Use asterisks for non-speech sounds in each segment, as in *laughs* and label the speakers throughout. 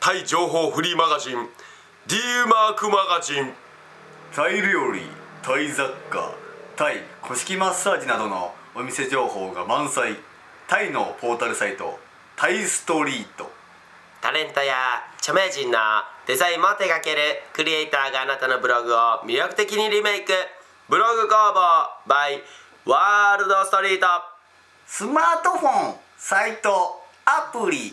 Speaker 1: タイ情報フリーマガジン D マークマガジン
Speaker 2: タイ料理タイ雑貨タイ古式マッサージなどのお店情報が満載タイのポータルサイトタイストリート
Speaker 1: タレントや著名人のデザインも手掛けるクリエイターがあなたのブログを魅力的にリメイクブログ工房 by ワールドストリート
Speaker 2: スマートフォンサイトアプリ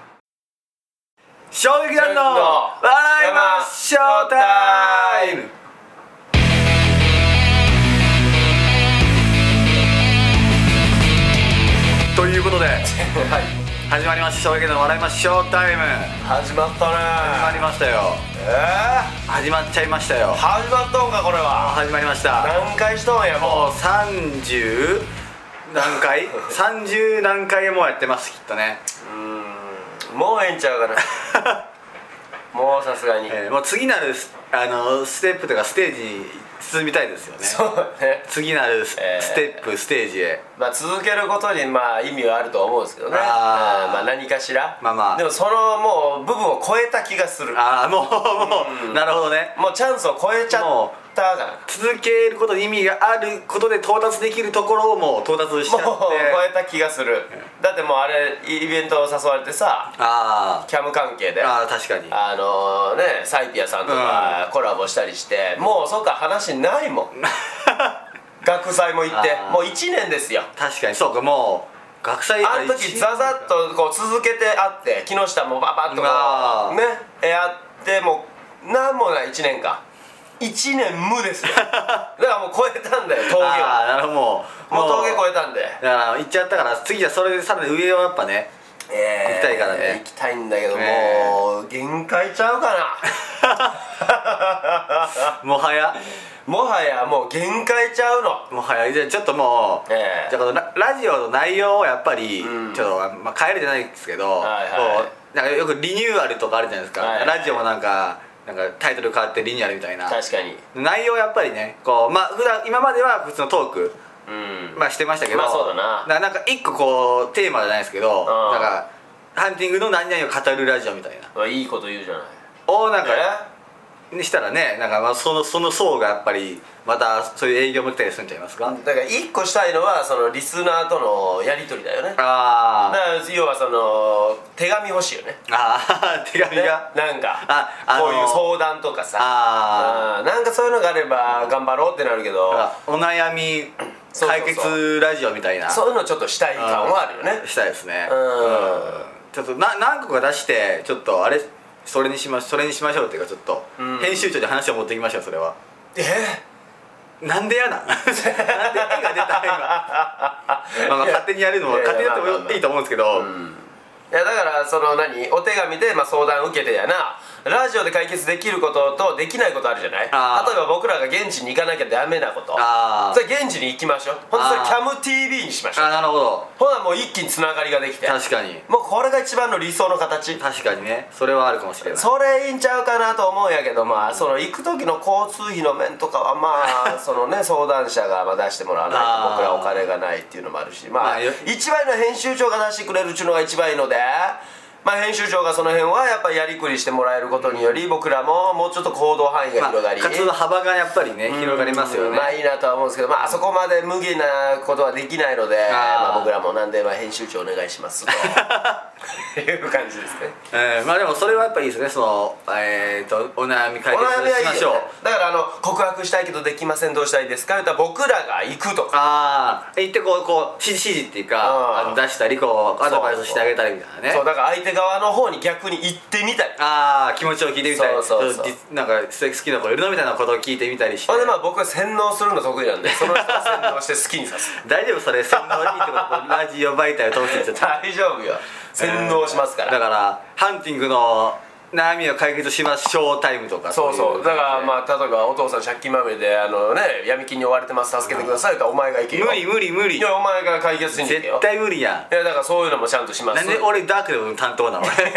Speaker 2: 衝撃団の笑いましょうタイムということで、始まりました衝撃団の笑いましょうタイム
Speaker 1: 始まったね
Speaker 2: 始まりましたよ
Speaker 1: えー
Speaker 2: 始まっちゃいましたよ
Speaker 1: 始まっとんかこれは
Speaker 2: 始まりました
Speaker 1: 何回しとんやも
Speaker 2: もう30
Speaker 1: *laughs*
Speaker 2: 何回30何回もやってますきっとね、
Speaker 1: うもうええんちゃうかな
Speaker 2: *laughs*
Speaker 1: もうさすがに
Speaker 2: えーもう次なるスあのステップとかステージに進みたいですよね
Speaker 1: そうね
Speaker 2: 次なるス,、
Speaker 1: えー
Speaker 2: テップステージへ
Speaker 1: まあ続けることにまあ意味はあると思うんですけどね
Speaker 2: あー
Speaker 1: うんまあ何かしら
Speaker 2: まあまあ
Speaker 1: でもそのもう部分を超えた気がする
Speaker 2: ああもうもう、なるほどね
Speaker 1: もうチャンスを超えちゃったかな
Speaker 2: 続けることに意味があることで到達できるところをもう到達しちゃって
Speaker 1: もう超えた気がするだってもうあれイベントを誘われてさ
Speaker 2: あ
Speaker 1: キャム関係
Speaker 2: ー
Speaker 1: であ
Speaker 2: あー確かに
Speaker 1: のねサイピアさんとかコラボしたりしてもうそっか話ない
Speaker 2: *laughs*
Speaker 1: もん学祭も行って
Speaker 2: あー
Speaker 1: もう1年ですよ
Speaker 2: 確かにそうかもう学祭
Speaker 1: あの時ザザッとこう続けてあって木下もババッとこ
Speaker 2: まあ
Speaker 1: うねやってもうなんもない1年間1年無です *laughs* よだからもう超えたんだよ峠
Speaker 2: あ
Speaker 1: は
Speaker 2: あーなるほどもう
Speaker 1: もう峠
Speaker 2: だ
Speaker 1: 越えたんで
Speaker 2: から行っちゃったから次はそれでさらに上をやっぱね
Speaker 1: えー
Speaker 2: 行きたいからね
Speaker 1: 行きたいんだけど、
Speaker 2: え
Speaker 1: もう限界ちゃうか *laughs* な
Speaker 2: もはや
Speaker 1: もはやもう限界ちゃうの
Speaker 2: もはやじゃあちょっともう、
Speaker 1: ええ
Speaker 2: じゃあこのララジオの内容をやっぱり
Speaker 1: うん
Speaker 2: ちょっと、まあ、変えるじゃないですけど、
Speaker 1: はいはい
Speaker 2: こうなんかよくリニューアルとかあるじゃないですか、
Speaker 1: はいはい
Speaker 2: ラジオもなんかなんかタイトル変わってリニューアルみたいな
Speaker 1: 確かに
Speaker 2: 内容やっぱりねこうまあ普段今までは普通のトーク
Speaker 1: うん
Speaker 2: まあしてましたけど、
Speaker 1: まあそうだな
Speaker 2: ななんか一個こうテーマじゃないですけど、
Speaker 1: ん
Speaker 2: なんかハンティングの何々を語るラジオみたいな
Speaker 1: まあいいこと言うじゃ
Speaker 2: *laughs*
Speaker 1: ない
Speaker 2: をなん
Speaker 1: だ
Speaker 2: か、にしたらねなんかまあそのその層がやっぱりまたそういう営業も来たりするんちゃいますか、あ
Speaker 1: だから一個したいのはそのリスナーとのやり取りだよねだか
Speaker 2: あ
Speaker 1: ら要はその手紙欲しいよね
Speaker 2: ああ *laughs* 手紙
Speaker 1: ね
Speaker 2: が、
Speaker 1: なんか
Speaker 2: ああの
Speaker 1: こういう相談とかさ
Speaker 2: あ
Speaker 1: あーなんかそういうのがあれば頑張ろうってなるけど
Speaker 2: あお悩み
Speaker 1: そうそうそう
Speaker 2: 解決ラジオみたいな
Speaker 1: そういうのちょっとしたい感はあるよね
Speaker 2: したいですね
Speaker 1: うん
Speaker 2: ちょっとな何個か出してちょっとあれそれにしまそれにしましょうっていうかちょっと、
Speaker 1: うん
Speaker 2: 編集長に話を持ってきましょうそれは
Speaker 1: え
Speaker 2: なんでやなん *laughs* なんで絵
Speaker 1: *laughs*
Speaker 2: が出た今まあまあ
Speaker 1: いや
Speaker 2: 勝手にやるの
Speaker 1: い
Speaker 2: も
Speaker 1: やいや
Speaker 2: 勝手にやっても
Speaker 1: まあまあまあ
Speaker 2: いいと思うんですけど、
Speaker 1: いやだからその何お手紙でまあ相談受けてやなラジオで解決できることとできないことあるじゃない例え
Speaker 2: あー
Speaker 1: ば僕らが現地に行かなきゃダメなこと
Speaker 2: あ
Speaker 1: そ
Speaker 2: ー
Speaker 1: れ現地に行きましょうほんとそれ
Speaker 2: あー
Speaker 1: キャム t v にしましょう
Speaker 2: あなるほど
Speaker 1: ほなもう一気につながりができて
Speaker 2: 確かに
Speaker 1: もうこれが一番の理想の形
Speaker 2: 確かにねそれはあるかもしれない
Speaker 1: それいいんちゃうかなと思うんやけどまあその行く時の交通費の面とかは
Speaker 2: *laughs*
Speaker 1: まあそのね相談者がまあ出してもらわない
Speaker 2: あ
Speaker 1: と
Speaker 2: ー
Speaker 1: 僕らお金がないっていうのもあるしま
Speaker 2: ま
Speaker 1: あ
Speaker 2: あよ
Speaker 1: 一番の編集長が出してくれるっちゅうのが一番いいのでまあ、編集長がその辺はやっぱりやりくりしてもらえることにより僕らももうちょっと行動範囲が
Speaker 2: まあ
Speaker 1: 広がり、
Speaker 2: 活動の幅がやっぱりね広がりますよ
Speaker 1: うん
Speaker 2: ね
Speaker 1: まあいいなとは思うんですけど、まあ、あそこまで無限なことはできないので
Speaker 2: あー
Speaker 1: まあ、僕らもなんで、まあ、編集長お願いします
Speaker 2: *laughs*
Speaker 1: という感じですね
Speaker 2: えーまあでもそれはやっぱいいですねそのえっ、とお悩み
Speaker 1: お
Speaker 2: 解
Speaker 1: 悩みはい
Speaker 2: 決し
Speaker 1: い
Speaker 2: ましょう
Speaker 1: よ、ね、だからあの告白したいけどできませんどうしたらいいですか言ったら僕らが行くとか
Speaker 2: ああ言ってこうこう指示指示っていうか
Speaker 1: うん
Speaker 2: あの出したりこうアドバイスしてあげたりみたいなね
Speaker 1: そうだから相手側の方に逆に行ってみたり
Speaker 2: ああ気持ちを聞いてみたり
Speaker 1: そうそうそう
Speaker 2: ちょっとなんか好きな子いるのみたいなことを聞いてみたりして
Speaker 1: ほんでまあ僕は洗脳するの得意なんでその人を洗脳して好きにさす
Speaker 2: 大丈夫それ洗脳いいってことラジオ媒体を通して言っ
Speaker 1: *laughs*
Speaker 2: ちゃった
Speaker 1: *laughs* 大丈夫よ洗脳しますから、
Speaker 2: だからハンティングの悩みを解決しましょうタイムとか
Speaker 1: そうそうだから
Speaker 2: あ
Speaker 1: まあ例えばお父さん借金まみれであのね闇金に追われてます助けてくださいとお前が行けよ
Speaker 2: 無理無理無理
Speaker 1: いやお前が解決しに行けよ
Speaker 2: 絶対無理やん
Speaker 1: いやだからそういうのもちゃんとします
Speaker 2: なんで俺ダークな部分担
Speaker 1: *laughs*
Speaker 2: 当なの俺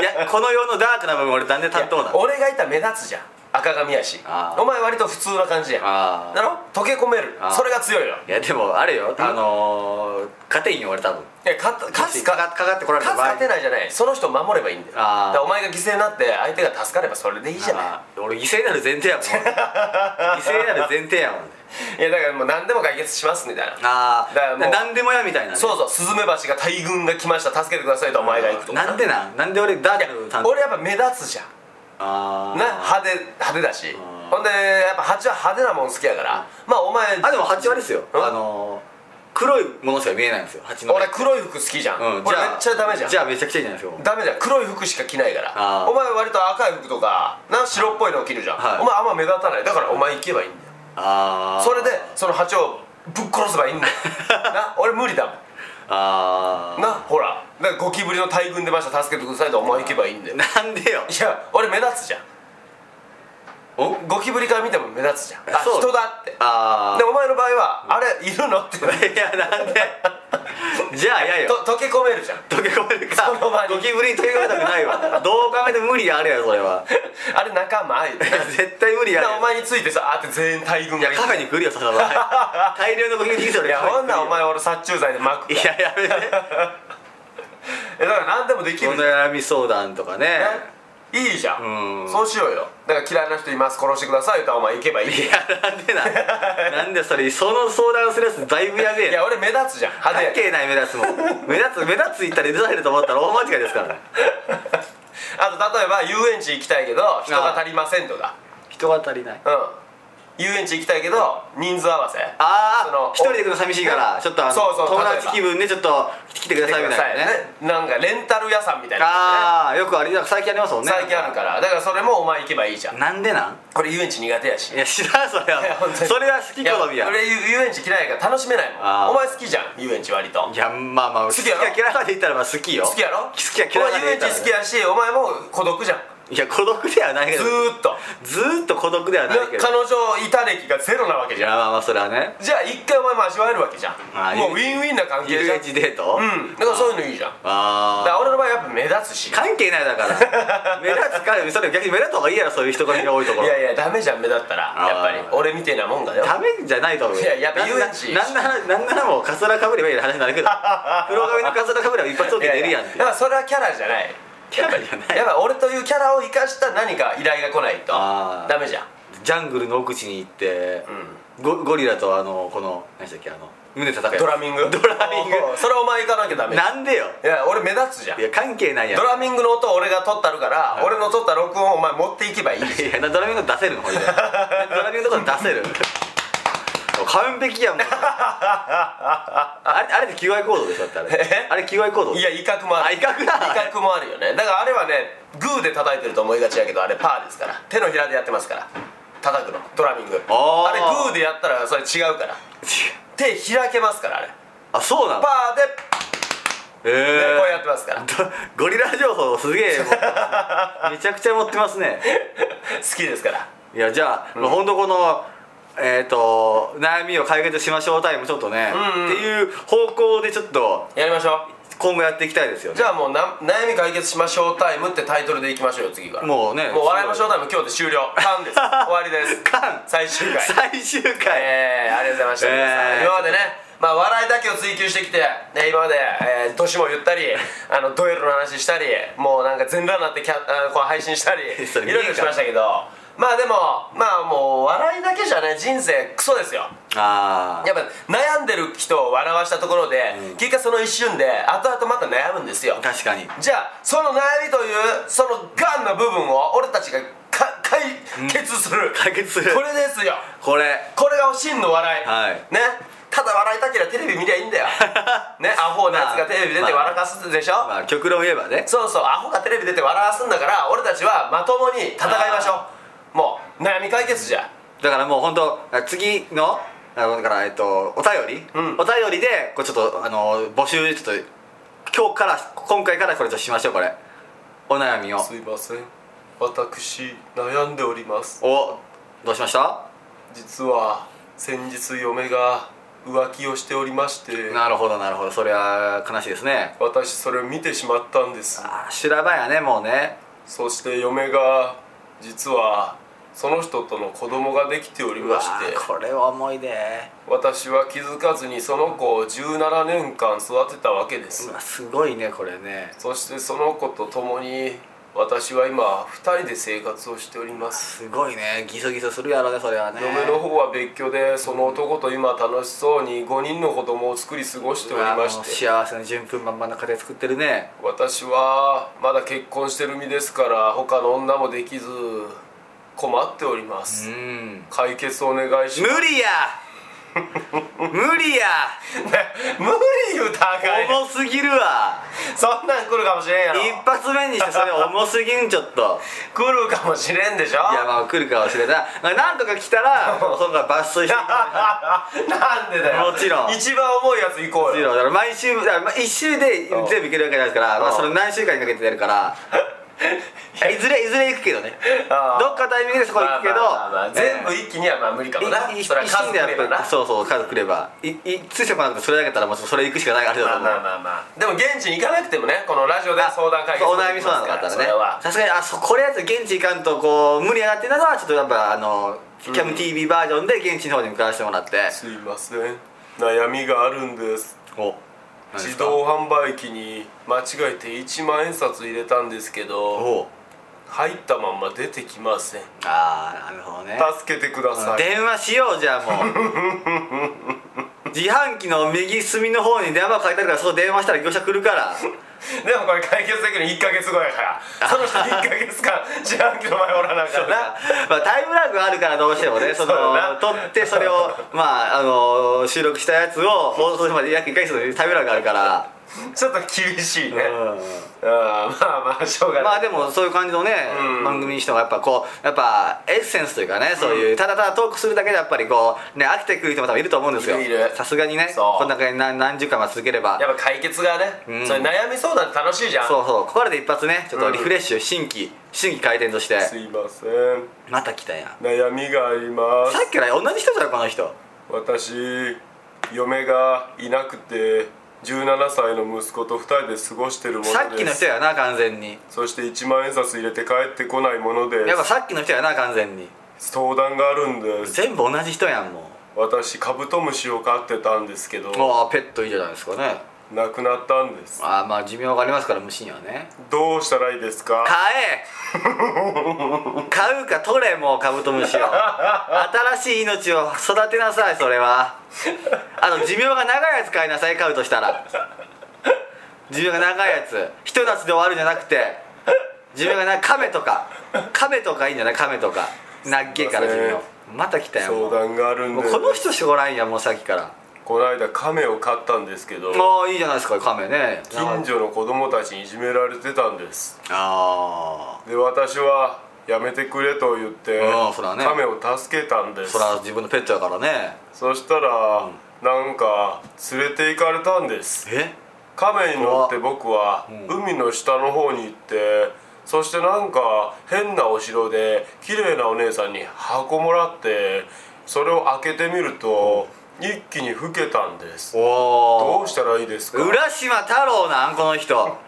Speaker 2: いやこの世のダークな部分俺なんで担当なの
Speaker 1: 俺がいたら目立つじゃん赤髪やし
Speaker 2: あー
Speaker 1: お前割と普通な感じやん
Speaker 2: あー
Speaker 1: だろ溶け込める
Speaker 2: あー
Speaker 1: それが強いよ
Speaker 2: いやでもあれよあのー、勝てんよ俺多分
Speaker 1: いや勝勝つか
Speaker 2: かかかってこられた
Speaker 1: 勝つ
Speaker 2: 場合
Speaker 1: 勝てないじゃないその人を守ればいいんだよだ
Speaker 2: あー
Speaker 1: からお前が犠牲になって相手が助かればそれでいいじゃない
Speaker 2: あー俺犠牲になる前提や
Speaker 1: *laughs*
Speaker 2: もん犠牲になる前提やもん
Speaker 1: いやだからもう何でも解決しますみたいな
Speaker 2: あ
Speaker 1: だから
Speaker 2: あ
Speaker 1: もう
Speaker 2: 何でもやみたいなね、
Speaker 1: そうそうスズメバチが大群が来ました助けてくださいとお前が行くとか
Speaker 2: なんでなんなんで俺ダークな部分担当
Speaker 1: 俺やっぱ目立つじゃん
Speaker 2: あー
Speaker 1: な派手派手だし
Speaker 2: ん
Speaker 1: ほんでやっぱ蜂は派手なもん好きやからまあお前
Speaker 2: あでも蜂はあれですよ
Speaker 1: うん
Speaker 2: あのー黒いものしか見えないんですよ蜂の
Speaker 1: 俺黒い服好きじゃん、
Speaker 2: うん
Speaker 1: 俺
Speaker 2: じゃあ
Speaker 1: めっちゃダメじゃん
Speaker 2: じゃあめちゃくちゃいいじゃないですか
Speaker 1: ダメじゃん黒い服しか着ないから
Speaker 2: あー
Speaker 1: お前割と赤い服とかな白っぽいの着るじゃん、
Speaker 2: はい
Speaker 1: お前あんま目立たないだからお前行けばいいんだよ
Speaker 2: ああ
Speaker 1: それでその蜂をぶっ殺せばいいん
Speaker 2: *laughs*
Speaker 1: だよな俺無理だもん
Speaker 2: あ
Speaker 1: なほらだからゴキブリの大群出ました助けてくださいとお前行けばいいんだよ
Speaker 2: あ
Speaker 1: い
Speaker 2: なんでよ
Speaker 1: や俺目立つじゃん
Speaker 2: お
Speaker 1: ゴキブリから見ても目立つじゃんあ
Speaker 2: そう
Speaker 1: 人だって
Speaker 2: あ
Speaker 1: でお前の場合は、あれいるのって
Speaker 2: あ *laughs* い
Speaker 1: *laughs*
Speaker 2: やなんでじゃあいやよ
Speaker 1: と溶け込めるじゃん *laughs*
Speaker 2: 溶け込めるか
Speaker 1: その場に
Speaker 2: ゴキブリに溶け込めたくないわどう考えても無理あるやろそれ
Speaker 1: *laughs*
Speaker 2: は
Speaker 1: あれ仲間言うて
Speaker 2: 絶対無理や
Speaker 1: だ
Speaker 2: る
Speaker 1: からお前についてさあーって全員大群
Speaker 2: い
Speaker 1: が
Speaker 2: や
Speaker 1: いて
Speaker 2: カフェに来るよその場合
Speaker 1: *laughs*
Speaker 2: 大量のゴキブリにそ
Speaker 1: い
Speaker 2: れ
Speaker 1: やほんならお前俺殺虫剤で巻く
Speaker 2: い
Speaker 1: から
Speaker 2: ややめて
Speaker 1: えだから何でもでき
Speaker 2: お
Speaker 1: るじゃん
Speaker 2: 悩み相談とかね
Speaker 1: いいじゃん
Speaker 2: うん
Speaker 1: そうしようよだから嫌いな人います殺してください言ったらお前行けばいい
Speaker 2: いやなんでなんなんでそれその相談するやつだいぶやべえ
Speaker 1: い
Speaker 2: な
Speaker 1: や俺目立つじゃん
Speaker 2: 関
Speaker 1: 派手
Speaker 2: 係ない目立つもん目立つ目立つ言ったら出されると思ったら大間違いですからね
Speaker 1: あと例えば遊園地行きたいけど人が足りませんとか
Speaker 2: 人が足りない
Speaker 1: うん遊園地行きたいけど人数合わせ
Speaker 2: あ
Speaker 1: そ
Speaker 2: あ
Speaker 1: の
Speaker 2: 一人で来るの寂しいからちょっとあの
Speaker 1: そうそう
Speaker 2: 友達
Speaker 1: 例
Speaker 2: 気
Speaker 1: えば
Speaker 2: 分でちょっと来てくださいみたいなね
Speaker 1: ねなんかレンタル屋さんみたいなね
Speaker 2: ああよくありなんか最近ありますもんね
Speaker 1: 最近あるからだからそれもお前行けばいいじゃん
Speaker 2: なんでなん
Speaker 1: これ遊園地苦手やし
Speaker 2: いや知らんそれ
Speaker 1: いや本
Speaker 2: は
Speaker 1: 当に
Speaker 2: それは好き好みや
Speaker 1: い俺遊園地嫌いやから楽しめないも
Speaker 2: あ
Speaker 1: ん
Speaker 2: ー
Speaker 1: お前好きじゃん遊園地割と
Speaker 2: いやまあまあ好
Speaker 1: き
Speaker 2: き
Speaker 1: や
Speaker 2: や
Speaker 1: ろ
Speaker 2: 嫌いまで言ったらまあ好きよ
Speaker 1: 好きやろ
Speaker 2: 好きや嫌いまで
Speaker 1: お前遊園
Speaker 2: 言ったら
Speaker 1: 地好きやしお前も孤独じゃん
Speaker 2: いや孤独ではないけ
Speaker 1: ず
Speaker 2: ど
Speaker 1: ーっと
Speaker 2: ずーっと孤独ではないけ
Speaker 1: で
Speaker 2: ど
Speaker 1: 彼女いた歴がゼロなわけ
Speaker 2: い
Speaker 1: じゃん
Speaker 2: やまあまあそれはね
Speaker 1: じゃあ一回お前も味わえるわけじゃん
Speaker 2: ああ
Speaker 1: もうウィンウィンな関
Speaker 2: 遊
Speaker 1: 係じゃん
Speaker 2: 園地デート
Speaker 1: うんだからそういうのいいじゃんだか
Speaker 2: ああ
Speaker 1: ら俺の場合やっぱ目立つしい
Speaker 2: 関係ないだから
Speaker 1: *laughs*
Speaker 2: 目立つからそれ逆に目立った方がいいやろそういう人が多いところ
Speaker 1: やいやダメじゃん目立ったら
Speaker 2: あー
Speaker 1: やっぱり俺みてえなもんがよ
Speaker 2: ダメじゃないと思う
Speaker 1: いややっぱ遊園地
Speaker 2: なんならなんならもうカツラかぶればいい話にな
Speaker 1: *laughs*
Speaker 2: るけど黒髪のカツラかぶれば一発
Speaker 1: い
Speaker 2: 受け
Speaker 1: や
Speaker 2: 出
Speaker 1: い
Speaker 2: るや
Speaker 1: や
Speaker 2: んっていう
Speaker 1: やっぱそれはキャラじゃない
Speaker 2: キャラじゃない
Speaker 1: やっぱ俺というキャラを生かした何か依頼が来ないと
Speaker 2: あー
Speaker 1: ダメじゃん
Speaker 2: ジャングルの奥地に行って、ゴゴリラとあのこの何でしたっけあの胸叩かれ
Speaker 1: ドラミング
Speaker 2: ドラミン
Speaker 1: おーそれお前行かなきゃダ
Speaker 2: グ
Speaker 1: メ
Speaker 2: なんでよ
Speaker 1: いや俺目立つじゃん
Speaker 2: いや関係ないやん
Speaker 1: ドラミングの音を俺が取ったるから、俺の取った録音をお前持っていけばいいし
Speaker 2: いやなドラミングの出せるのほいでドラミングのとこ
Speaker 1: *laughs*
Speaker 2: 出せる完璧やんもうあれあれって求愛行動でしょだってあれ
Speaker 1: え
Speaker 2: あれ求愛行動
Speaker 1: いや威嚇もある
Speaker 2: あ威嚇だ
Speaker 1: 威嚇もあるよねだからあれはねグーで叩いてると思いがちやけどあれパーですから手のひらでやってますから叩くのドラミング
Speaker 2: あー
Speaker 1: あれグーでやったらそれ違うから手開けますからあれ
Speaker 2: あそうなの
Speaker 1: パーで
Speaker 2: え
Speaker 1: ね
Speaker 2: ー
Speaker 1: こうやってますから好
Speaker 2: ゴリラ情報すげえ持ってますねめちゃくちゃ持ってますね
Speaker 1: きですから
Speaker 2: いやじゃあ、ほんとこのえっ、と悩みを解決しましょうタイムちょっとね、
Speaker 1: うんうん
Speaker 2: っていう方向でちょっと
Speaker 1: やりましょう
Speaker 2: 今後やっていきたいですよね
Speaker 1: じゃあもうな悩み解決しましょうタイムってタイトルでいきましょうよ次から
Speaker 2: もうね
Speaker 1: もう笑いましょうタイム今日で終了カ *laughs* ンです終わりです
Speaker 2: *laughs* カン
Speaker 1: 最終回
Speaker 2: 最終回、
Speaker 1: えー、ありがとうございました、皆さん
Speaker 2: えー
Speaker 1: 今までねまあ、笑いだけを追求してきて、ね、今まで、えー年も言ったり *laughs* あのドエルの話したりもうなんか全裸になってキャあのこう配信したり *laughs*
Speaker 2: それ
Speaker 1: いろいろしましたけどまあでもまあもう笑いだけじゃね人生クソですよ
Speaker 2: あ
Speaker 1: やっぱ悩んでる人を笑わしたところで、結果その一瞬で後々また悩むんですよ
Speaker 2: あ確かに
Speaker 1: じゃあその悩みというそのガンな部分を俺たちがか解決する、
Speaker 2: 解決する
Speaker 1: これですよ
Speaker 2: これ
Speaker 1: これが真の笑い、
Speaker 2: はい
Speaker 1: ねただ笑いたけりゃテレビ見りゃいいんだ *laughs* よねアホなやつがテレビ出て笑かすでしょ、
Speaker 2: まあ極論言えばね
Speaker 1: そうそうアホがテレビ出て笑わすんだから俺たちはまともに戦いましょうもう悩み解決じゃ
Speaker 2: だからもう本当次のあのだからえっとお便り、
Speaker 1: うん
Speaker 2: お便りでこれちょっとあの募集ちょっと今日から今回からこれちょっとしましょうこれお悩みを
Speaker 1: いません私悩んでおります
Speaker 2: おどうしました
Speaker 1: 実は先日嫁が浮気をしておりまして
Speaker 2: なるほどなるほどそれは悲しいですね
Speaker 1: 私それを見てしまったんです
Speaker 2: ああ修羅場やねもうね
Speaker 1: そして嫁が実はその人との子供ができており
Speaker 2: う
Speaker 1: ま
Speaker 2: わ
Speaker 1: して
Speaker 2: ーこれは重いね
Speaker 1: 私は気づかずにその子を17年間育てたわけです
Speaker 2: うわすごいねこれね
Speaker 1: そしてその子と共に私は今2人で生活をしております
Speaker 2: すごいねギソギソするやろねそれはね
Speaker 1: 嫁の方は別居でその男と今楽しそうに5人の子供を作り過ごしておりまし
Speaker 2: うわーもう
Speaker 1: て
Speaker 2: 幸せな順風満々な家庭作ってるね
Speaker 1: 私はまだ結婚してる身ですから他の女もできず困っておりま
Speaker 2: う
Speaker 1: す、
Speaker 2: ん
Speaker 1: 解決お願いし
Speaker 2: 無
Speaker 1: ま
Speaker 2: 理や無理や
Speaker 1: す *laughs* 無理言うたらあかんやん
Speaker 2: 重すぎるわ
Speaker 1: そんなん来るかもしれんやろ
Speaker 2: 一発目にしてそれ重すぎんちょっと
Speaker 1: 来るかもしれんでしょ
Speaker 2: いやまあ来るかもしれないなんとか来
Speaker 1: *laughs*
Speaker 2: たらもうそこから抜粋していく
Speaker 1: なんでだよ
Speaker 2: もちろん
Speaker 1: 一番重いやつ行こ
Speaker 2: も
Speaker 1: う
Speaker 2: ち
Speaker 1: よ
Speaker 2: ろんだから毎週だからまあ一週で
Speaker 1: うん
Speaker 2: 全部いけるわけじゃないですから、まあ、
Speaker 1: うん
Speaker 2: それ何週間にかけてやるから
Speaker 1: *laughs*
Speaker 2: いずれいずれ行くけどね
Speaker 1: ああ
Speaker 2: どっかタイミングでそこ行くけど、
Speaker 1: まあまあまあまあ
Speaker 2: えー
Speaker 1: 全部一気にはまあ無理かもな、
Speaker 2: いいい
Speaker 1: それは
Speaker 2: 一
Speaker 1: 数
Speaker 2: 瞬
Speaker 1: く
Speaker 2: でや
Speaker 1: れば
Speaker 2: っぱ
Speaker 1: な
Speaker 2: りそうそう数くればいいついてこなくてそれだけだったらもうそれ行くしかないあれだ
Speaker 1: ま
Speaker 2: と
Speaker 1: あま
Speaker 2: 思う、
Speaker 1: あまあまあでも現地に行かなくてもねこのラジオで相談会議
Speaker 2: そうお悩み相談だったらねさすがにあそうこれやつ現地行かんとこう無理やなってなのはちょっとやっぱあのキャム TV バージョンで現地の方に向かわせてもらって、
Speaker 1: すいません悩みがあるんです
Speaker 2: お何です
Speaker 1: 自
Speaker 2: か
Speaker 1: 動販売機に間違えて1万円札入れたんですけど
Speaker 2: お
Speaker 1: 入ったまんま出てきません
Speaker 2: ああなるほどね
Speaker 1: 助けてください
Speaker 2: 電話しようじゃあ
Speaker 1: *laughs*
Speaker 2: もう自販機の右隅の方に電話番号書いてあるからそこ電話したら業者来るから
Speaker 1: *laughs* でもこれ解決できるの1か月後やからその人1か月間 *laughs* 自販機の前おらなあかっな
Speaker 2: まあ、タイムラグがあるからどうしてもねその
Speaker 1: そうだな
Speaker 2: 撮ってそれ
Speaker 1: *laughs*
Speaker 2: を、まあ、あの収録したやつを放送するまで約1回月のタイムラグがあるから、
Speaker 1: ちょっと厳しいねうんまあまあしょうが
Speaker 2: ま
Speaker 1: な
Speaker 2: あ
Speaker 1: い
Speaker 2: でもそういう感じのね、
Speaker 1: うん
Speaker 2: 番組にしてもやっぱこうやっぱエッセンスというかねそういう、ただただトークするだけでやっぱりこうね飽きてくる人も多分いると思うんですよ
Speaker 1: いるいる
Speaker 2: さすがにね
Speaker 1: そう
Speaker 2: こんな感じで何何十回も続ければ
Speaker 1: やっぱ解決がね
Speaker 2: うん
Speaker 1: それ悩み相談って楽しいじゃん
Speaker 2: そうそうここらで一発ねちょっとリフレッシュ、新規新規回転として
Speaker 1: すいません
Speaker 2: また来たやん
Speaker 1: 悩みがありま
Speaker 2: さっきから同じ人じゃんこの人
Speaker 1: 私嫁がいなくて17歳の息子と2人で過ごしてるものです
Speaker 2: さっきの人やな完全に
Speaker 1: そして1万円札入れて帰ってこないもので
Speaker 2: やっぱさっきの人やな完全に
Speaker 1: 相談があるんです
Speaker 2: 全部同じ人やんもう
Speaker 1: 私カブトムシを飼ってたんですけど
Speaker 2: ああペットいいじゃないですかね
Speaker 1: 亡くなったんです
Speaker 2: ああまあ寿命がありますから虫にはね
Speaker 1: どうしたらいいですか
Speaker 2: 買え買うか取れもうカブトムシを新しい命を育てなさいそれはあと寿命が長いやつ買いなさい買うとしたら寿命が長いやつひと夏で終わるんじゃなくて寿命が長い亀とか亀とかいいんじゃない亀とかなっけから寿
Speaker 1: すいま
Speaker 2: 命また来たよも
Speaker 1: 相
Speaker 2: う
Speaker 1: 談があるん
Speaker 2: もう
Speaker 1: です
Speaker 2: この人しかおらんやんもうさっきから
Speaker 1: この間カメを飼ったんですけど
Speaker 2: ああいいじゃないですか亀ね
Speaker 1: 近所の子供たちにいじめられてたんです
Speaker 2: ああ
Speaker 1: で私はやめてくれと言って
Speaker 2: うんそらね
Speaker 1: カメを助けたんです
Speaker 2: そら自分のペットやからね
Speaker 1: そしたら、なんか連れて行かれたんです
Speaker 2: え
Speaker 1: 亀に乗って僕は海の下の方に行って、そしてなんか変なお城で綺麗なお姉さんに箱もらってそれを開けてみると、一気に老けたんです
Speaker 2: おお
Speaker 1: どうしたらいいですか
Speaker 2: 浦島太郎なんこの人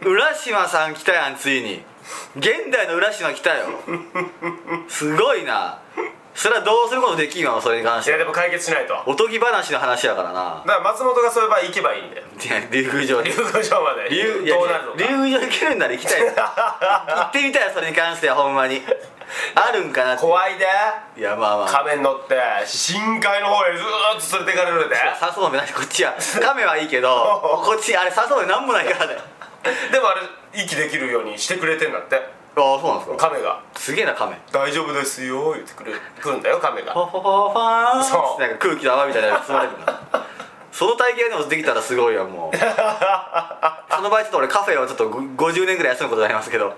Speaker 2: 浦島さん来たやんついに現代の浦島来たよすごいなそれはどうすることできんわそれに関
Speaker 1: い
Speaker 2: して
Speaker 1: やで
Speaker 2: は
Speaker 1: も解決しないとだか
Speaker 2: おとぎ話の話やからな
Speaker 1: ら松本がそういう場合行けばいいんだよ
Speaker 2: いや竜宮城に
Speaker 1: 竜宮城まで
Speaker 2: 竜いや
Speaker 1: どうなるのか
Speaker 2: 竜宮城行けるんなら行きたいよ行ってみたいよそれに関してはほんまにあるんかなって
Speaker 1: 怖いで
Speaker 2: いやまあまあ
Speaker 1: 亀に乗って深海の方へずーっと連れてかれるで
Speaker 2: 笹生めなしこっちは亀はいいけどこっちあれ笹生なんもないからね
Speaker 1: でもあれ息できるようにしてくれてんだって
Speaker 2: ああそうなんですか
Speaker 1: 亀が
Speaker 2: すげえな亀
Speaker 1: 「大丈夫ですよ」言ってくる来るんだよ亀が
Speaker 2: ファファファファーン
Speaker 1: そう
Speaker 2: なんか空気の泡みたいなのが包まれてるなその体験でもできたらすごいわもうその場合ちょっと俺カフェをちょっとご50年ぐらい休むことになりますけど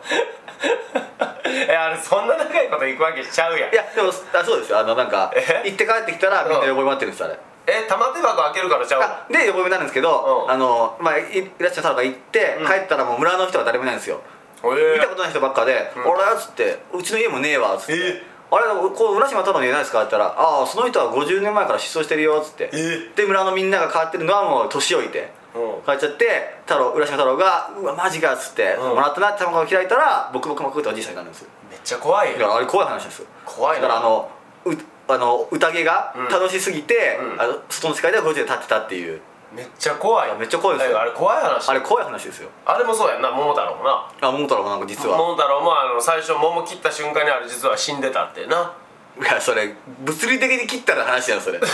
Speaker 1: えあれそんな長いこと行くわけしちゃうやん
Speaker 2: いやでもあそうですよあのなんか
Speaker 1: え
Speaker 2: 行って帰ってきたらみんな呼ぼえ待ってるんですあれ
Speaker 1: え玉手箱開けるからちゃう
Speaker 2: あ
Speaker 1: の
Speaker 2: で呼ぼえになるんですけど、
Speaker 1: うん
Speaker 2: あのまあいいらっしゃる方が行って、
Speaker 1: うん
Speaker 2: 帰ったらもう村の人は誰もいないんですよ
Speaker 1: え
Speaker 2: 見たことない人ばっかで「
Speaker 1: うん
Speaker 2: 俺、っつって「うちの家もねえわ」っつって
Speaker 1: え
Speaker 2: 「あれこう浦島太郎の家ないですか?」って言ったら「ああその人は50年前から失踪してるよ」っつって
Speaker 1: え
Speaker 2: で村のみんなが変わってるのはもう年老いて
Speaker 1: うん
Speaker 2: 変わっちゃって太郎浦島太郎が「うわマジか」っつって、
Speaker 1: うん
Speaker 2: もらったなって卵を開いたら僕も細かくておじいさんになるんですよ
Speaker 1: めっちゃ怖い
Speaker 2: だ
Speaker 1: よ
Speaker 2: からあれ怖い話ですよ
Speaker 1: 怖い
Speaker 2: だ
Speaker 1: な
Speaker 2: からあのうあの宴が
Speaker 1: うん
Speaker 2: 楽しすぎて、
Speaker 1: うん
Speaker 2: あの外の世界では50年経ってたっていう
Speaker 1: めっちゃ怖
Speaker 2: い
Speaker 1: い
Speaker 2: やめっちゃ怖いですよ
Speaker 1: だからあれ怖い話
Speaker 2: あれ怖い話ですよ
Speaker 1: あれもそうやんな桃太郎もな
Speaker 2: あ桃太郎もなんか実は
Speaker 1: 桃太郎もあの最初桃切った瞬間にあれ実は死んでたってない
Speaker 2: *laughs* やそれ物理的に切ったら話やんそれ物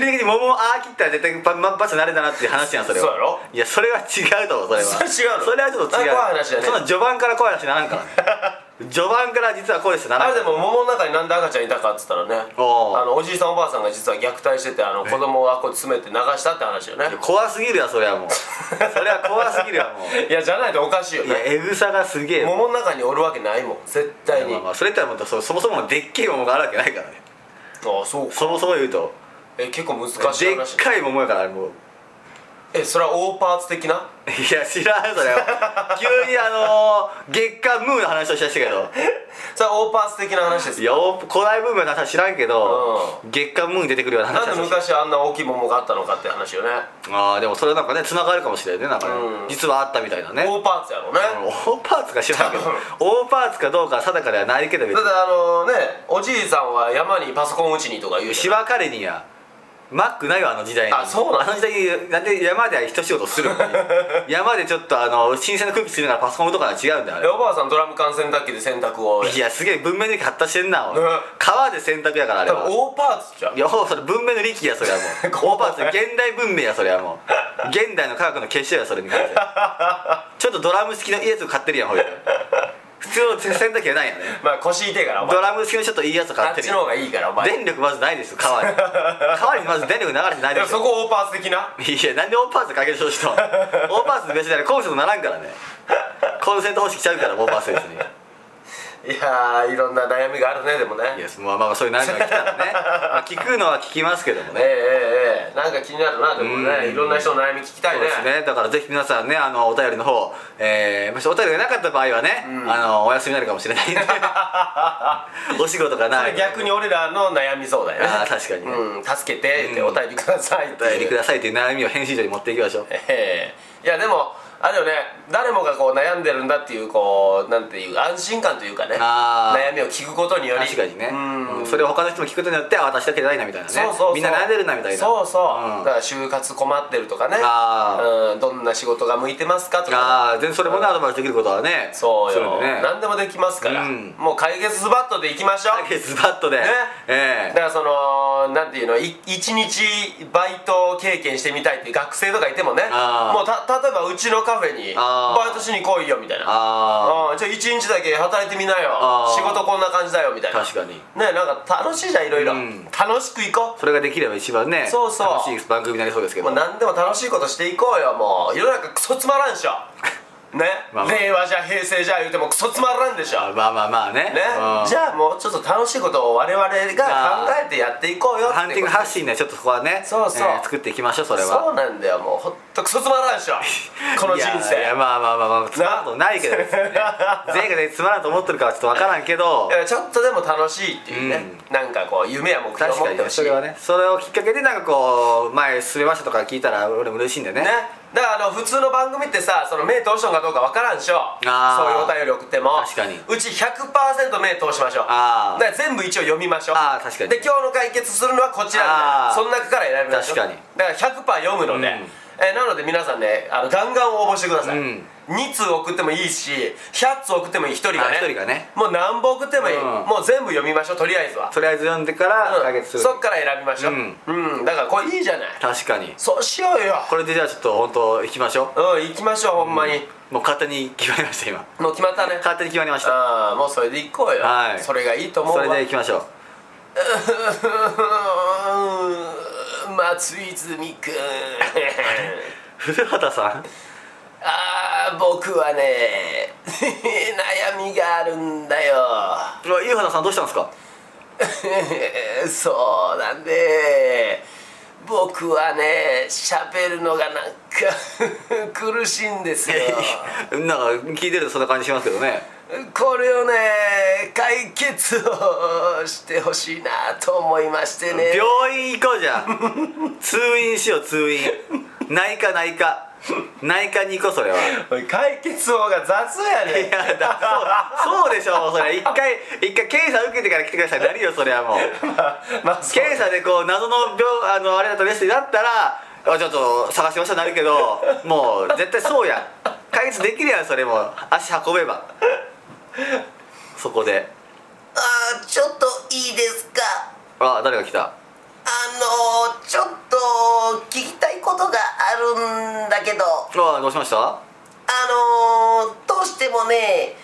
Speaker 2: 理的に桃をああ切ったら絶対バババチャなれだなっていう話やんそれは
Speaker 1: そうやろ
Speaker 2: いやそれは違うと思うそれは
Speaker 1: それ違うの
Speaker 2: それはちょっと違う
Speaker 1: あ怖い話だね
Speaker 2: その序盤から怖い話になら
Speaker 1: *laughs*
Speaker 2: んからね序盤から実はこうですなら
Speaker 1: あ
Speaker 2: ん
Speaker 1: れでも桃の中になんで赤ちゃんいたかっつったらね
Speaker 2: おう
Speaker 1: あのおじいさんおばあさんが実は虐待しててあの子供をあっこに詰めて流したって話よね
Speaker 2: 怖すぎるやそれはもうそれは怖すぎるやも
Speaker 1: *laughs*
Speaker 2: う
Speaker 1: いやじゃないとおかしいよ
Speaker 2: いや
Speaker 1: ね
Speaker 2: エグさがすげえ
Speaker 1: 桃の中におるわけないもん絶対に
Speaker 2: まあま
Speaker 1: あ
Speaker 2: あそれってもうそそもそものでっけえ桃があるわけないからね
Speaker 1: あそうか
Speaker 2: そもそも言うと
Speaker 1: え結構難しい
Speaker 2: でっ
Speaker 1: 話
Speaker 2: かい桃やからあれもう
Speaker 1: えそれは大パーツ的ない
Speaker 2: や知らんそ
Speaker 1: *laughs*
Speaker 2: れは急にあのー、月刊ムーの話をしだしたけど
Speaker 1: それは大パーツ的な話です
Speaker 2: いやお古代文明の話は知らんけど、月刊ムーに出てくるような
Speaker 1: なん
Speaker 2: 話
Speaker 1: で
Speaker 2: をし
Speaker 1: 昔あんな大きい桃があったのかって話よね
Speaker 2: ああでもそれなんかね繋がるかもしれないねなんかね、
Speaker 1: うん
Speaker 2: 実はあったみたいなね
Speaker 1: 大パーツやろうね
Speaker 2: オーパーツか知らんけど
Speaker 1: 多分
Speaker 2: オーパーツかどうかは定かではないけど別
Speaker 1: だ
Speaker 2: に
Speaker 1: ってあのねおじいさんは山にパソコン打ちにとか言うし
Speaker 2: しばかれにやマックないわあの時代に
Speaker 1: あそうなの
Speaker 2: あの時代になんで山で一仕事する
Speaker 1: *laughs*
Speaker 2: のに山でちょっとあの新鮮な空気するならパソコンとかは違うんだよあ
Speaker 1: え
Speaker 2: れ
Speaker 1: おばあさんドラム缶洗濯機で洗濯を
Speaker 2: いやすげえ文明の力発達してんな俺、
Speaker 1: ね
Speaker 2: 川で洗濯やからあれ
Speaker 1: 多
Speaker 2: は
Speaker 1: 分大パーツじゃん
Speaker 2: いやそれ文明の力やそれ
Speaker 1: *laughs*
Speaker 2: はもうオーパーツ現代文明やそれはもう現代の科学の結晶やそれに関してはちょっとドラム式のいいやつを買ってるやんほいで普通の洗濯機はないやね
Speaker 1: まあ腰痛いからお前
Speaker 2: ドラム式のちょっといいやつを
Speaker 1: あ
Speaker 2: 買っ
Speaker 1: ってち
Speaker 2: るや
Speaker 1: の
Speaker 2: ん
Speaker 1: 方がいいからお前
Speaker 2: 電力まずないですよ
Speaker 1: *laughs*
Speaker 2: 川に川にまず電力流れてな
Speaker 1: で
Speaker 2: いで
Speaker 1: も
Speaker 2: す
Speaker 1: そ
Speaker 2: よ
Speaker 1: こオーパーツ的ない
Speaker 2: やなんでオーパーツかける人しとオーパーツ別にあれコンセントならんからねコンセント方式ちゃうからオーパーツ別に
Speaker 1: いやーいろんな悩みがあるねでもね
Speaker 2: いやまあまあそういう悩みが来たらね、まあ、聞くのは聞きますけども
Speaker 1: え
Speaker 2: ね
Speaker 1: えええええなんか気になるなでも
Speaker 2: う
Speaker 1: ね
Speaker 2: ん
Speaker 1: いろんな人の悩み聞きたい
Speaker 2: そう
Speaker 1: ね
Speaker 2: ですねだからぜひ皆さんねあのお便りの方、えー、もしお便りがなかった場合はね、あのお休みになるかもしれな
Speaker 1: *laughs*
Speaker 2: いんでお仕事が
Speaker 1: そ
Speaker 2: な
Speaker 1: れ
Speaker 2: い
Speaker 1: 逆に俺らの悩み相談やね
Speaker 2: あー確かにね
Speaker 1: うん助けてって
Speaker 2: うん
Speaker 1: お便りくださいって
Speaker 2: お便りくださいという悩みを編集所に持っていきましょう
Speaker 1: ええいやでもあれよね誰もがこう悩んでるんだっていうこうなんていう安心感というかね
Speaker 2: あー
Speaker 1: 悩みを聞くことにより
Speaker 2: 確かにね、
Speaker 1: うん
Speaker 2: うんそれを他の人も聞くことによってあ私だけじゃないなみたいなね
Speaker 1: そうそうそう
Speaker 2: みんな悩んでるなみたいな
Speaker 1: そうそう、
Speaker 2: ん
Speaker 1: だから就活困ってるとかね
Speaker 2: あ
Speaker 1: うん、どんな仕事が向いてますかとか
Speaker 2: ああ全然それもねアドバイスできることはね
Speaker 1: そうよ、
Speaker 2: するんでね
Speaker 1: 何でもできますから、
Speaker 2: うん
Speaker 1: もう解決ズバッとでいきましょう
Speaker 2: 解決ズバッとで、
Speaker 1: ね
Speaker 2: え
Speaker 1: だ
Speaker 2: え
Speaker 1: からそのなんていうのい一日バイト経験してみたいっていう学生とかいてもね
Speaker 2: あー
Speaker 1: もうた例えばうちのカフェに
Speaker 2: あー
Speaker 1: バイトしに来いよみたいな
Speaker 2: あ
Speaker 1: あーじゃあ一日だけ働いてみなよ
Speaker 2: あー
Speaker 1: 仕事こんな感じだよみたい
Speaker 2: あ
Speaker 1: な
Speaker 2: 確かに
Speaker 1: ねなんか楽しいじゃんいろいろ
Speaker 2: うん
Speaker 1: 楽しく行こ
Speaker 2: それができれば一番ね
Speaker 1: そうそう
Speaker 2: 楽しい番組になりそうですけ
Speaker 1: うも
Speaker 2: ど
Speaker 1: う何でも楽しいことしていこうよもう世の中クソつまらんでしょね、
Speaker 2: まあまあ
Speaker 1: 令和じゃ平成じゃ言うてもクソつまらんでしょ
Speaker 2: あまあまあまあね
Speaker 1: ね
Speaker 2: うん
Speaker 1: じゃあもうちょっと楽しいことを我々が考えてやっていこうよって
Speaker 2: ハンティング発信ねちょっとそこはね
Speaker 1: そうそう
Speaker 2: えー作っていきましょうそれは
Speaker 1: そうなんだよもうほんとクソつまらんでしょこの人生
Speaker 2: *laughs* いやいやまあまあまあまあつまらんことないけどです
Speaker 1: *laughs*
Speaker 2: ね全員がねつまらんと思ってるかはちょっと分からんけど
Speaker 1: いやちょっとでも楽しいっていうね、なんかこう夢や目標を
Speaker 2: 確
Speaker 1: 持
Speaker 2: か
Speaker 1: っ
Speaker 2: に
Speaker 1: て
Speaker 2: ね
Speaker 1: ほし
Speaker 2: そ
Speaker 1: い
Speaker 2: れはねそれをきっかけでなんかこう前進めましたとか聞いたら俺も嬉しいんでね
Speaker 1: ねだからあの普通の番組ってさその目通したのかどうかわからんでしょ
Speaker 2: あー
Speaker 1: そういうお便り送っても
Speaker 2: 確かに
Speaker 1: うち100%目通しましょう
Speaker 2: あー
Speaker 1: だから全部一応読みましょう
Speaker 2: あー確かに
Speaker 1: で今日の解決するのはこちらみ
Speaker 2: あ
Speaker 1: たいな
Speaker 2: ー
Speaker 1: その中から選びましょう
Speaker 2: 確かに
Speaker 1: だから100%読むので、
Speaker 2: うん
Speaker 1: えーなので皆さんねあのガンガン応募してください、
Speaker 2: うん
Speaker 1: 2通送ってもいいし100通送ってもいい1人がね
Speaker 2: あ一人がね
Speaker 1: もう何本送ってもいい、
Speaker 2: うん
Speaker 1: もう全部読みましょうとりあえずは
Speaker 2: とりあえず読んでから解決す
Speaker 1: うん
Speaker 2: る、
Speaker 1: そっから選びましょううん、だからこれいいじゃない
Speaker 2: 確かに
Speaker 1: そうしようよ
Speaker 2: これでじゃあちょっと本当行きましょ
Speaker 1: うん行きましょうほんまに、
Speaker 2: うもう勝手に決まりました今
Speaker 1: もう決まったね
Speaker 2: 勝手に決まりました
Speaker 1: ああもうそれで行こうよ、
Speaker 2: はい
Speaker 1: それがいい *laughs* と思う
Speaker 2: そ
Speaker 1: わ
Speaker 2: れで行きましょう
Speaker 1: うーん松泉
Speaker 2: *laughs*
Speaker 1: くん
Speaker 2: 古畑さん
Speaker 1: ああ僕はね悩みがあるんだよ *laughs*
Speaker 2: うわゆうはたさんどうしたんですか
Speaker 1: そうなんで僕はね喋るのがなんか *laughs* 苦しいんですよ
Speaker 2: なんか聞いてるとそんな感じしますけどね
Speaker 1: これをね解決をしてほしいなと思いましてね
Speaker 2: 病院行こうじゃん通院しよう通院内科内科内科に行こうそれは
Speaker 1: おい解決法が雑やねん *laughs*
Speaker 2: いやだそうそうでしょそれ一回一回検査受けてから来てくださいなるよそれはもう
Speaker 1: まあそう
Speaker 2: 検査でこう謎の病あのあれだったですだったらあちょっと探しましたなるけどもう絶対そうやん解決できるやんそれも足運べばそこで
Speaker 1: あーちょっといいですか
Speaker 2: あ誰が来た
Speaker 1: あのー、ちょっと聞きたいことがあるんだけど
Speaker 2: あどうしました
Speaker 1: あのー、どうしてもね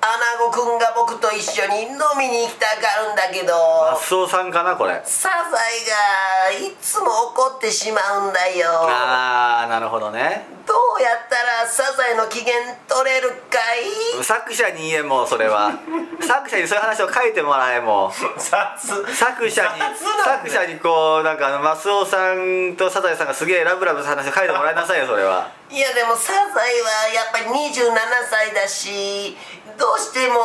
Speaker 1: アナゴくんが僕と一緒に飲みに行きたがるんだけど
Speaker 2: 発想さんかなこれ
Speaker 1: サザエがいつも怒ってしまうんだよ
Speaker 2: ああなるほどね
Speaker 1: どうやったらサザエの機嫌取れるかい
Speaker 2: 作者に言えもうそれは作者にそういう話を書いてもらえもう
Speaker 1: 雑
Speaker 2: 作者に
Speaker 1: 雑なんだ
Speaker 2: 作者にこうなんかあのマスオさんとサザエさんがすげえラブラブした話を書いてもらいなさいよそれは
Speaker 1: いやでもサザエはやっぱり27歳だしどうしても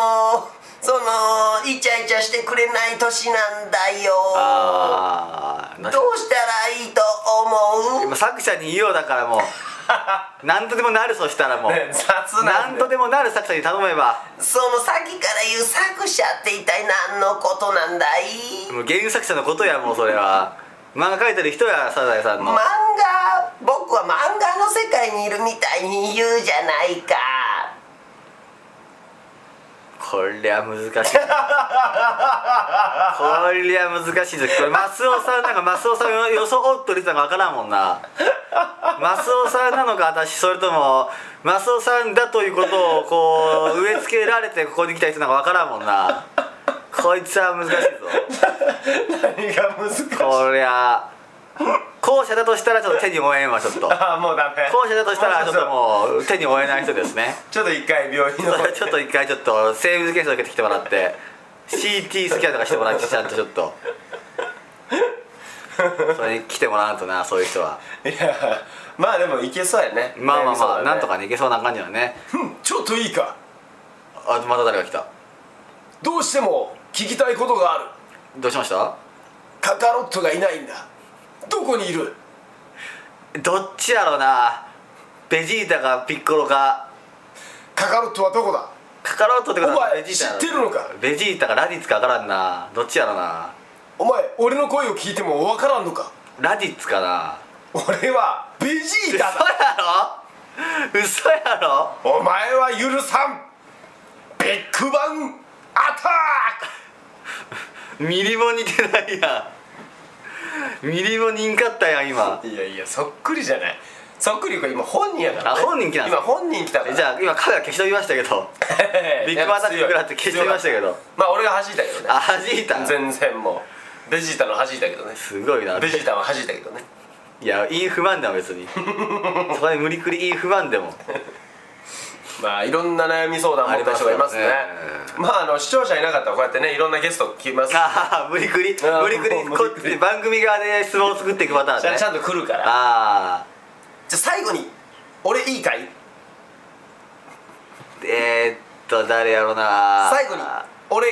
Speaker 1: そのイチャイチャしてくれない年なんだよ
Speaker 2: ああ
Speaker 1: どうしたらいいと思う
Speaker 2: 今作者に言おうだからも
Speaker 1: *laughs*
Speaker 2: うなんとでもなるそしたらもう、
Speaker 1: 雑
Speaker 2: なんとでもなる作者に頼めば
Speaker 1: そのさっきから言う作者って一体何のことなんだい
Speaker 2: もう原作者のことやもうそれは漫画書いてる人やサザエさんの
Speaker 1: 漫画僕は漫画の世界にいるみたいに言うじゃないか
Speaker 2: こりゃ難しいこりゃ難しいですこれマスオさんなんかマスオさんを装っとる人なんか分からんもんなマスオさんなのか私それともマスオさんだということをこう植え付けられてここに来た人なんか分からんもんなこいつは難しいぞ
Speaker 1: 何が難しい
Speaker 2: こりゃ後者だとしたらちょっと手に負えんわちょっと後
Speaker 1: あもうダメ
Speaker 2: 者だとしたらちょっともう手に負えない人ですね
Speaker 1: ちょっと一回病院
Speaker 2: それは *laughs* ちょっと一回ちょっと生物検査受けてきてもらって CT スキャンとかしてもらってちゃんとちょっとそれに来てもらわんとなそういう人はい
Speaker 1: やまあでもいけそうやね
Speaker 2: まあまあ
Speaker 1: そう
Speaker 2: ま
Speaker 1: だ
Speaker 2: あ、
Speaker 1: ね
Speaker 2: なんとかねいけそうな感じだね
Speaker 1: うんちょっといいか
Speaker 2: あまた誰が来た
Speaker 1: どうしても聞きたいことがある
Speaker 2: どうしました
Speaker 1: カカロットがいないんだどこにいる
Speaker 2: どっちやろうなベジータかピッコロか
Speaker 1: カカロットはどこだ
Speaker 2: カカロットってことは
Speaker 1: お前
Speaker 2: ベジータやろ
Speaker 1: 知ってるのか
Speaker 2: ベジータかラディッツか分からんなどっちやろうな
Speaker 1: お前俺の声を聞いてもわからんのか
Speaker 2: ラディッツかな
Speaker 1: 俺はベジ
Speaker 2: 嘘
Speaker 1: ー
Speaker 2: や
Speaker 1: タだ
Speaker 2: ろ嘘やろ
Speaker 1: お前は許さんビッグバンアタ
Speaker 2: ミリも似てないやんミリも似んかったやん今
Speaker 1: ックいやいやそっくりじゃないそっくりこれ今本人やから、ね、
Speaker 2: あ本人来たんです
Speaker 1: 今
Speaker 2: か
Speaker 1: 本人来たから
Speaker 2: じゃあ今カメラ消しときましたけど
Speaker 1: *laughs*
Speaker 2: ビッグバンダックグラって消してみましたけど
Speaker 1: まあ俺が弾いたけどね
Speaker 2: あ弾いた
Speaker 1: 全然もうベジータの弾いたけどね
Speaker 2: すごいな
Speaker 1: ベジータは弾いたけどね
Speaker 2: いやいい不満だもん別にそこで無理くりいい不満でも
Speaker 1: まあいろんな悩み相談持った人がいますね
Speaker 2: ありますよ
Speaker 1: まああの視聴者いなかったらこうやってねいろんなゲスト来ます
Speaker 2: ああ無理くり
Speaker 1: あー
Speaker 2: 無理くり
Speaker 1: もう
Speaker 2: こ
Speaker 1: 無理
Speaker 2: っ
Speaker 1: くり
Speaker 2: ち番組側で質問を作っていくパターン
Speaker 1: ちゃ
Speaker 2: ね
Speaker 1: ちゃんと来るからじゃあ
Speaker 2: ああ
Speaker 1: 最後に俺いいかい
Speaker 2: えー、っと誰やろうな
Speaker 1: 最後に俺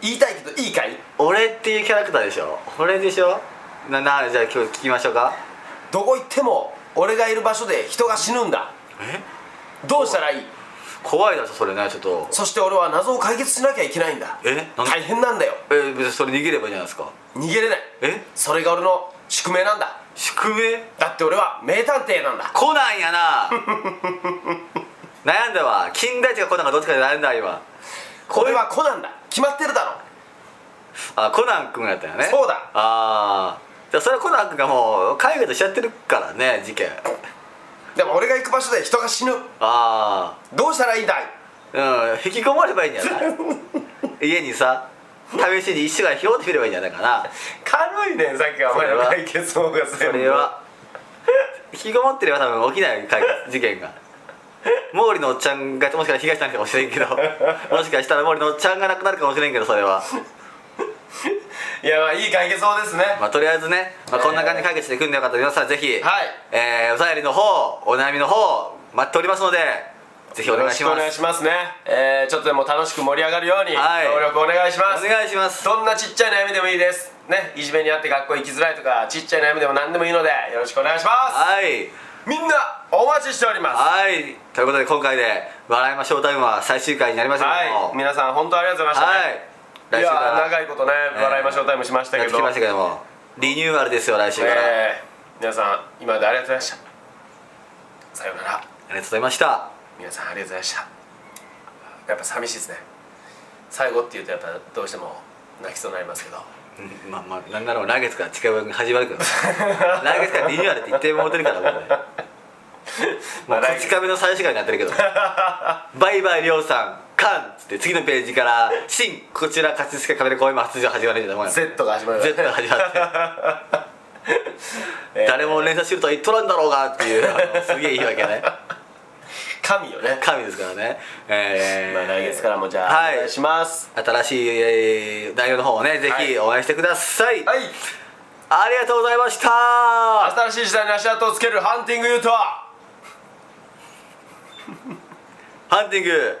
Speaker 1: 言いたいけどいいかい
Speaker 2: 俺っていうキャラクターでしょ俺でしょななじゃあ今日聞きましょうか
Speaker 1: どこ行っても
Speaker 3: 俺がいる場所で人が死ぬんだ
Speaker 2: え
Speaker 3: どうしたらいい
Speaker 2: 怖いなそれねちょっと
Speaker 3: そして俺は謎を解決しなきゃいけないんだ
Speaker 2: えなんで
Speaker 3: 大変なんだよ
Speaker 2: え別にそれ逃げればいいじゃないですか
Speaker 3: 逃げれない
Speaker 2: え
Speaker 3: それが俺の宿命なんだ
Speaker 2: 宿命
Speaker 3: だって俺は名探偵なんだ
Speaker 2: コナンやな *laughs* 悩んだわ金田一かコナンかどっちかで悩んだ今こ
Speaker 3: 俺
Speaker 2: れ
Speaker 3: はコナンだ決まってるだろ
Speaker 2: あコナン君やったよね
Speaker 3: そうだ
Speaker 2: ああじゃあそれはコナン君がもう海外としちゃってるからね事件
Speaker 3: でも俺が行く場所で人が死ぬ
Speaker 2: あ
Speaker 3: どうしたらいいんだい
Speaker 2: あうん引きこもればいいんじゃない
Speaker 3: *laughs*
Speaker 2: 家にさ試しに石がひょうって見ればいいんじゃないかな
Speaker 3: 軽いねさっきはお前の
Speaker 2: それは
Speaker 3: 解決法が
Speaker 2: そ
Speaker 3: 全部
Speaker 2: れは引きこもってれば多分起きない解決事件が毛利のおっちゃんがもしかしたら被害者なのかもしれんけどもしかしたら毛利のおっちゃんが亡くなるかもしれんけどそれはい
Speaker 3: やまあいい解決法ですね
Speaker 2: まあとりあえずね、まあ、こんな感じで解決していくんでよかったら皆さんぜひ、
Speaker 3: はい
Speaker 2: えーお便りの方お悩みの方待っておりますのでぜひお
Speaker 3: よ
Speaker 2: 願
Speaker 3: ろ
Speaker 2: い
Speaker 3: し
Speaker 2: し
Speaker 3: くお
Speaker 2: ます
Speaker 3: 願いしますね、えー、ちょっとでも楽しく盛り上がるように
Speaker 2: はい
Speaker 3: 協力お願いします、
Speaker 2: お願いします
Speaker 3: どんなちっちゃい悩みでもいいですねいじめにあって学校行きづらいとかちっちゃい悩みでも何でもいいのでよろしくお願いしま
Speaker 2: はい
Speaker 3: すみんなお待ちしております
Speaker 2: はいということで今回で「笑いましょうタイム」は最終回になりましたけども
Speaker 3: はい皆さん本当ありがとうございました、
Speaker 2: は
Speaker 3: ね
Speaker 2: い
Speaker 3: い
Speaker 2: 来週か
Speaker 3: や
Speaker 2: ら
Speaker 3: 長いことね、
Speaker 2: えー
Speaker 3: 笑いましょうタイムしました
Speaker 2: や
Speaker 3: け
Speaker 2: って
Speaker 3: ど
Speaker 2: きましたけどもリニューアルですよ来週から、あ
Speaker 3: えー皆さん今までありがとうございましたさようなら
Speaker 2: りがとうございました
Speaker 3: 皆さんありがとうございましたやっぱ寂しいですね最後っていうとやっぱどうしても泣きそうになります
Speaker 2: *laughs*
Speaker 3: けど
Speaker 2: うんまあまあなんならもう来月から近場が始まるけ
Speaker 3: *laughs*
Speaker 2: ど来月からリニューアルって言ってもうてるからもうね
Speaker 3: まあ
Speaker 2: こ
Speaker 3: 来
Speaker 2: ち
Speaker 3: 月
Speaker 2: 亀の最終回になってるけ
Speaker 3: *laughs*
Speaker 2: どバイバイりょうさんカンっつって次のページから「新こちら勝ちつけカメラ公演も発情始まるんじゃない
Speaker 3: Z が始まる
Speaker 2: Z が始まって
Speaker 3: *laughs* えー
Speaker 2: 誰も連鎖するとは言っとらんだろうがっていうあのすげえいいわけね
Speaker 3: 神よね
Speaker 2: 神ですからねえ
Speaker 3: まあ
Speaker 2: ー
Speaker 3: 来月からもじゃあ、
Speaker 2: はい
Speaker 3: お願いします
Speaker 2: 新しいえー内容の方をねぜひ応援してください、
Speaker 3: はい
Speaker 2: ありがとうございました
Speaker 3: 新しい時代に足跡をつけるハンティングユートは
Speaker 2: ハンティング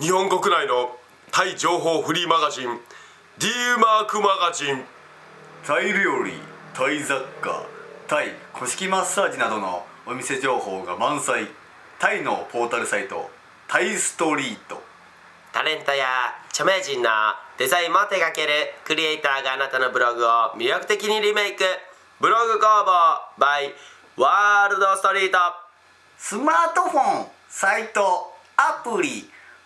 Speaker 3: 日本国内のタイ情報フリーマガジン D マークマガジン
Speaker 2: タイ料理タイ雑貨タイ古式マッサージなどのお店情報が満載タイのポータルサイトタイストリート
Speaker 3: タレントや著名人のデザインも手掛けるクリエイターがあなたのブログを魅力的にリメイクブログ工房 by ワールドストリート
Speaker 2: スマートフォンサイトアプリ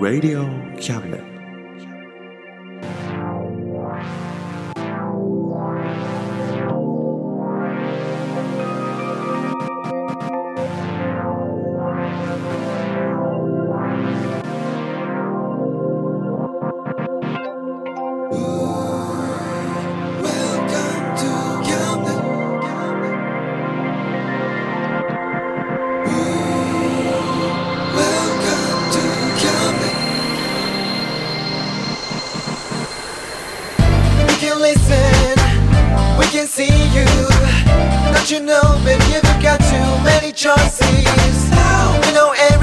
Speaker 4: Radio Cabinet.
Speaker 5: We can listen, we can see you. Don't you know, baby, you've got too many choices. We know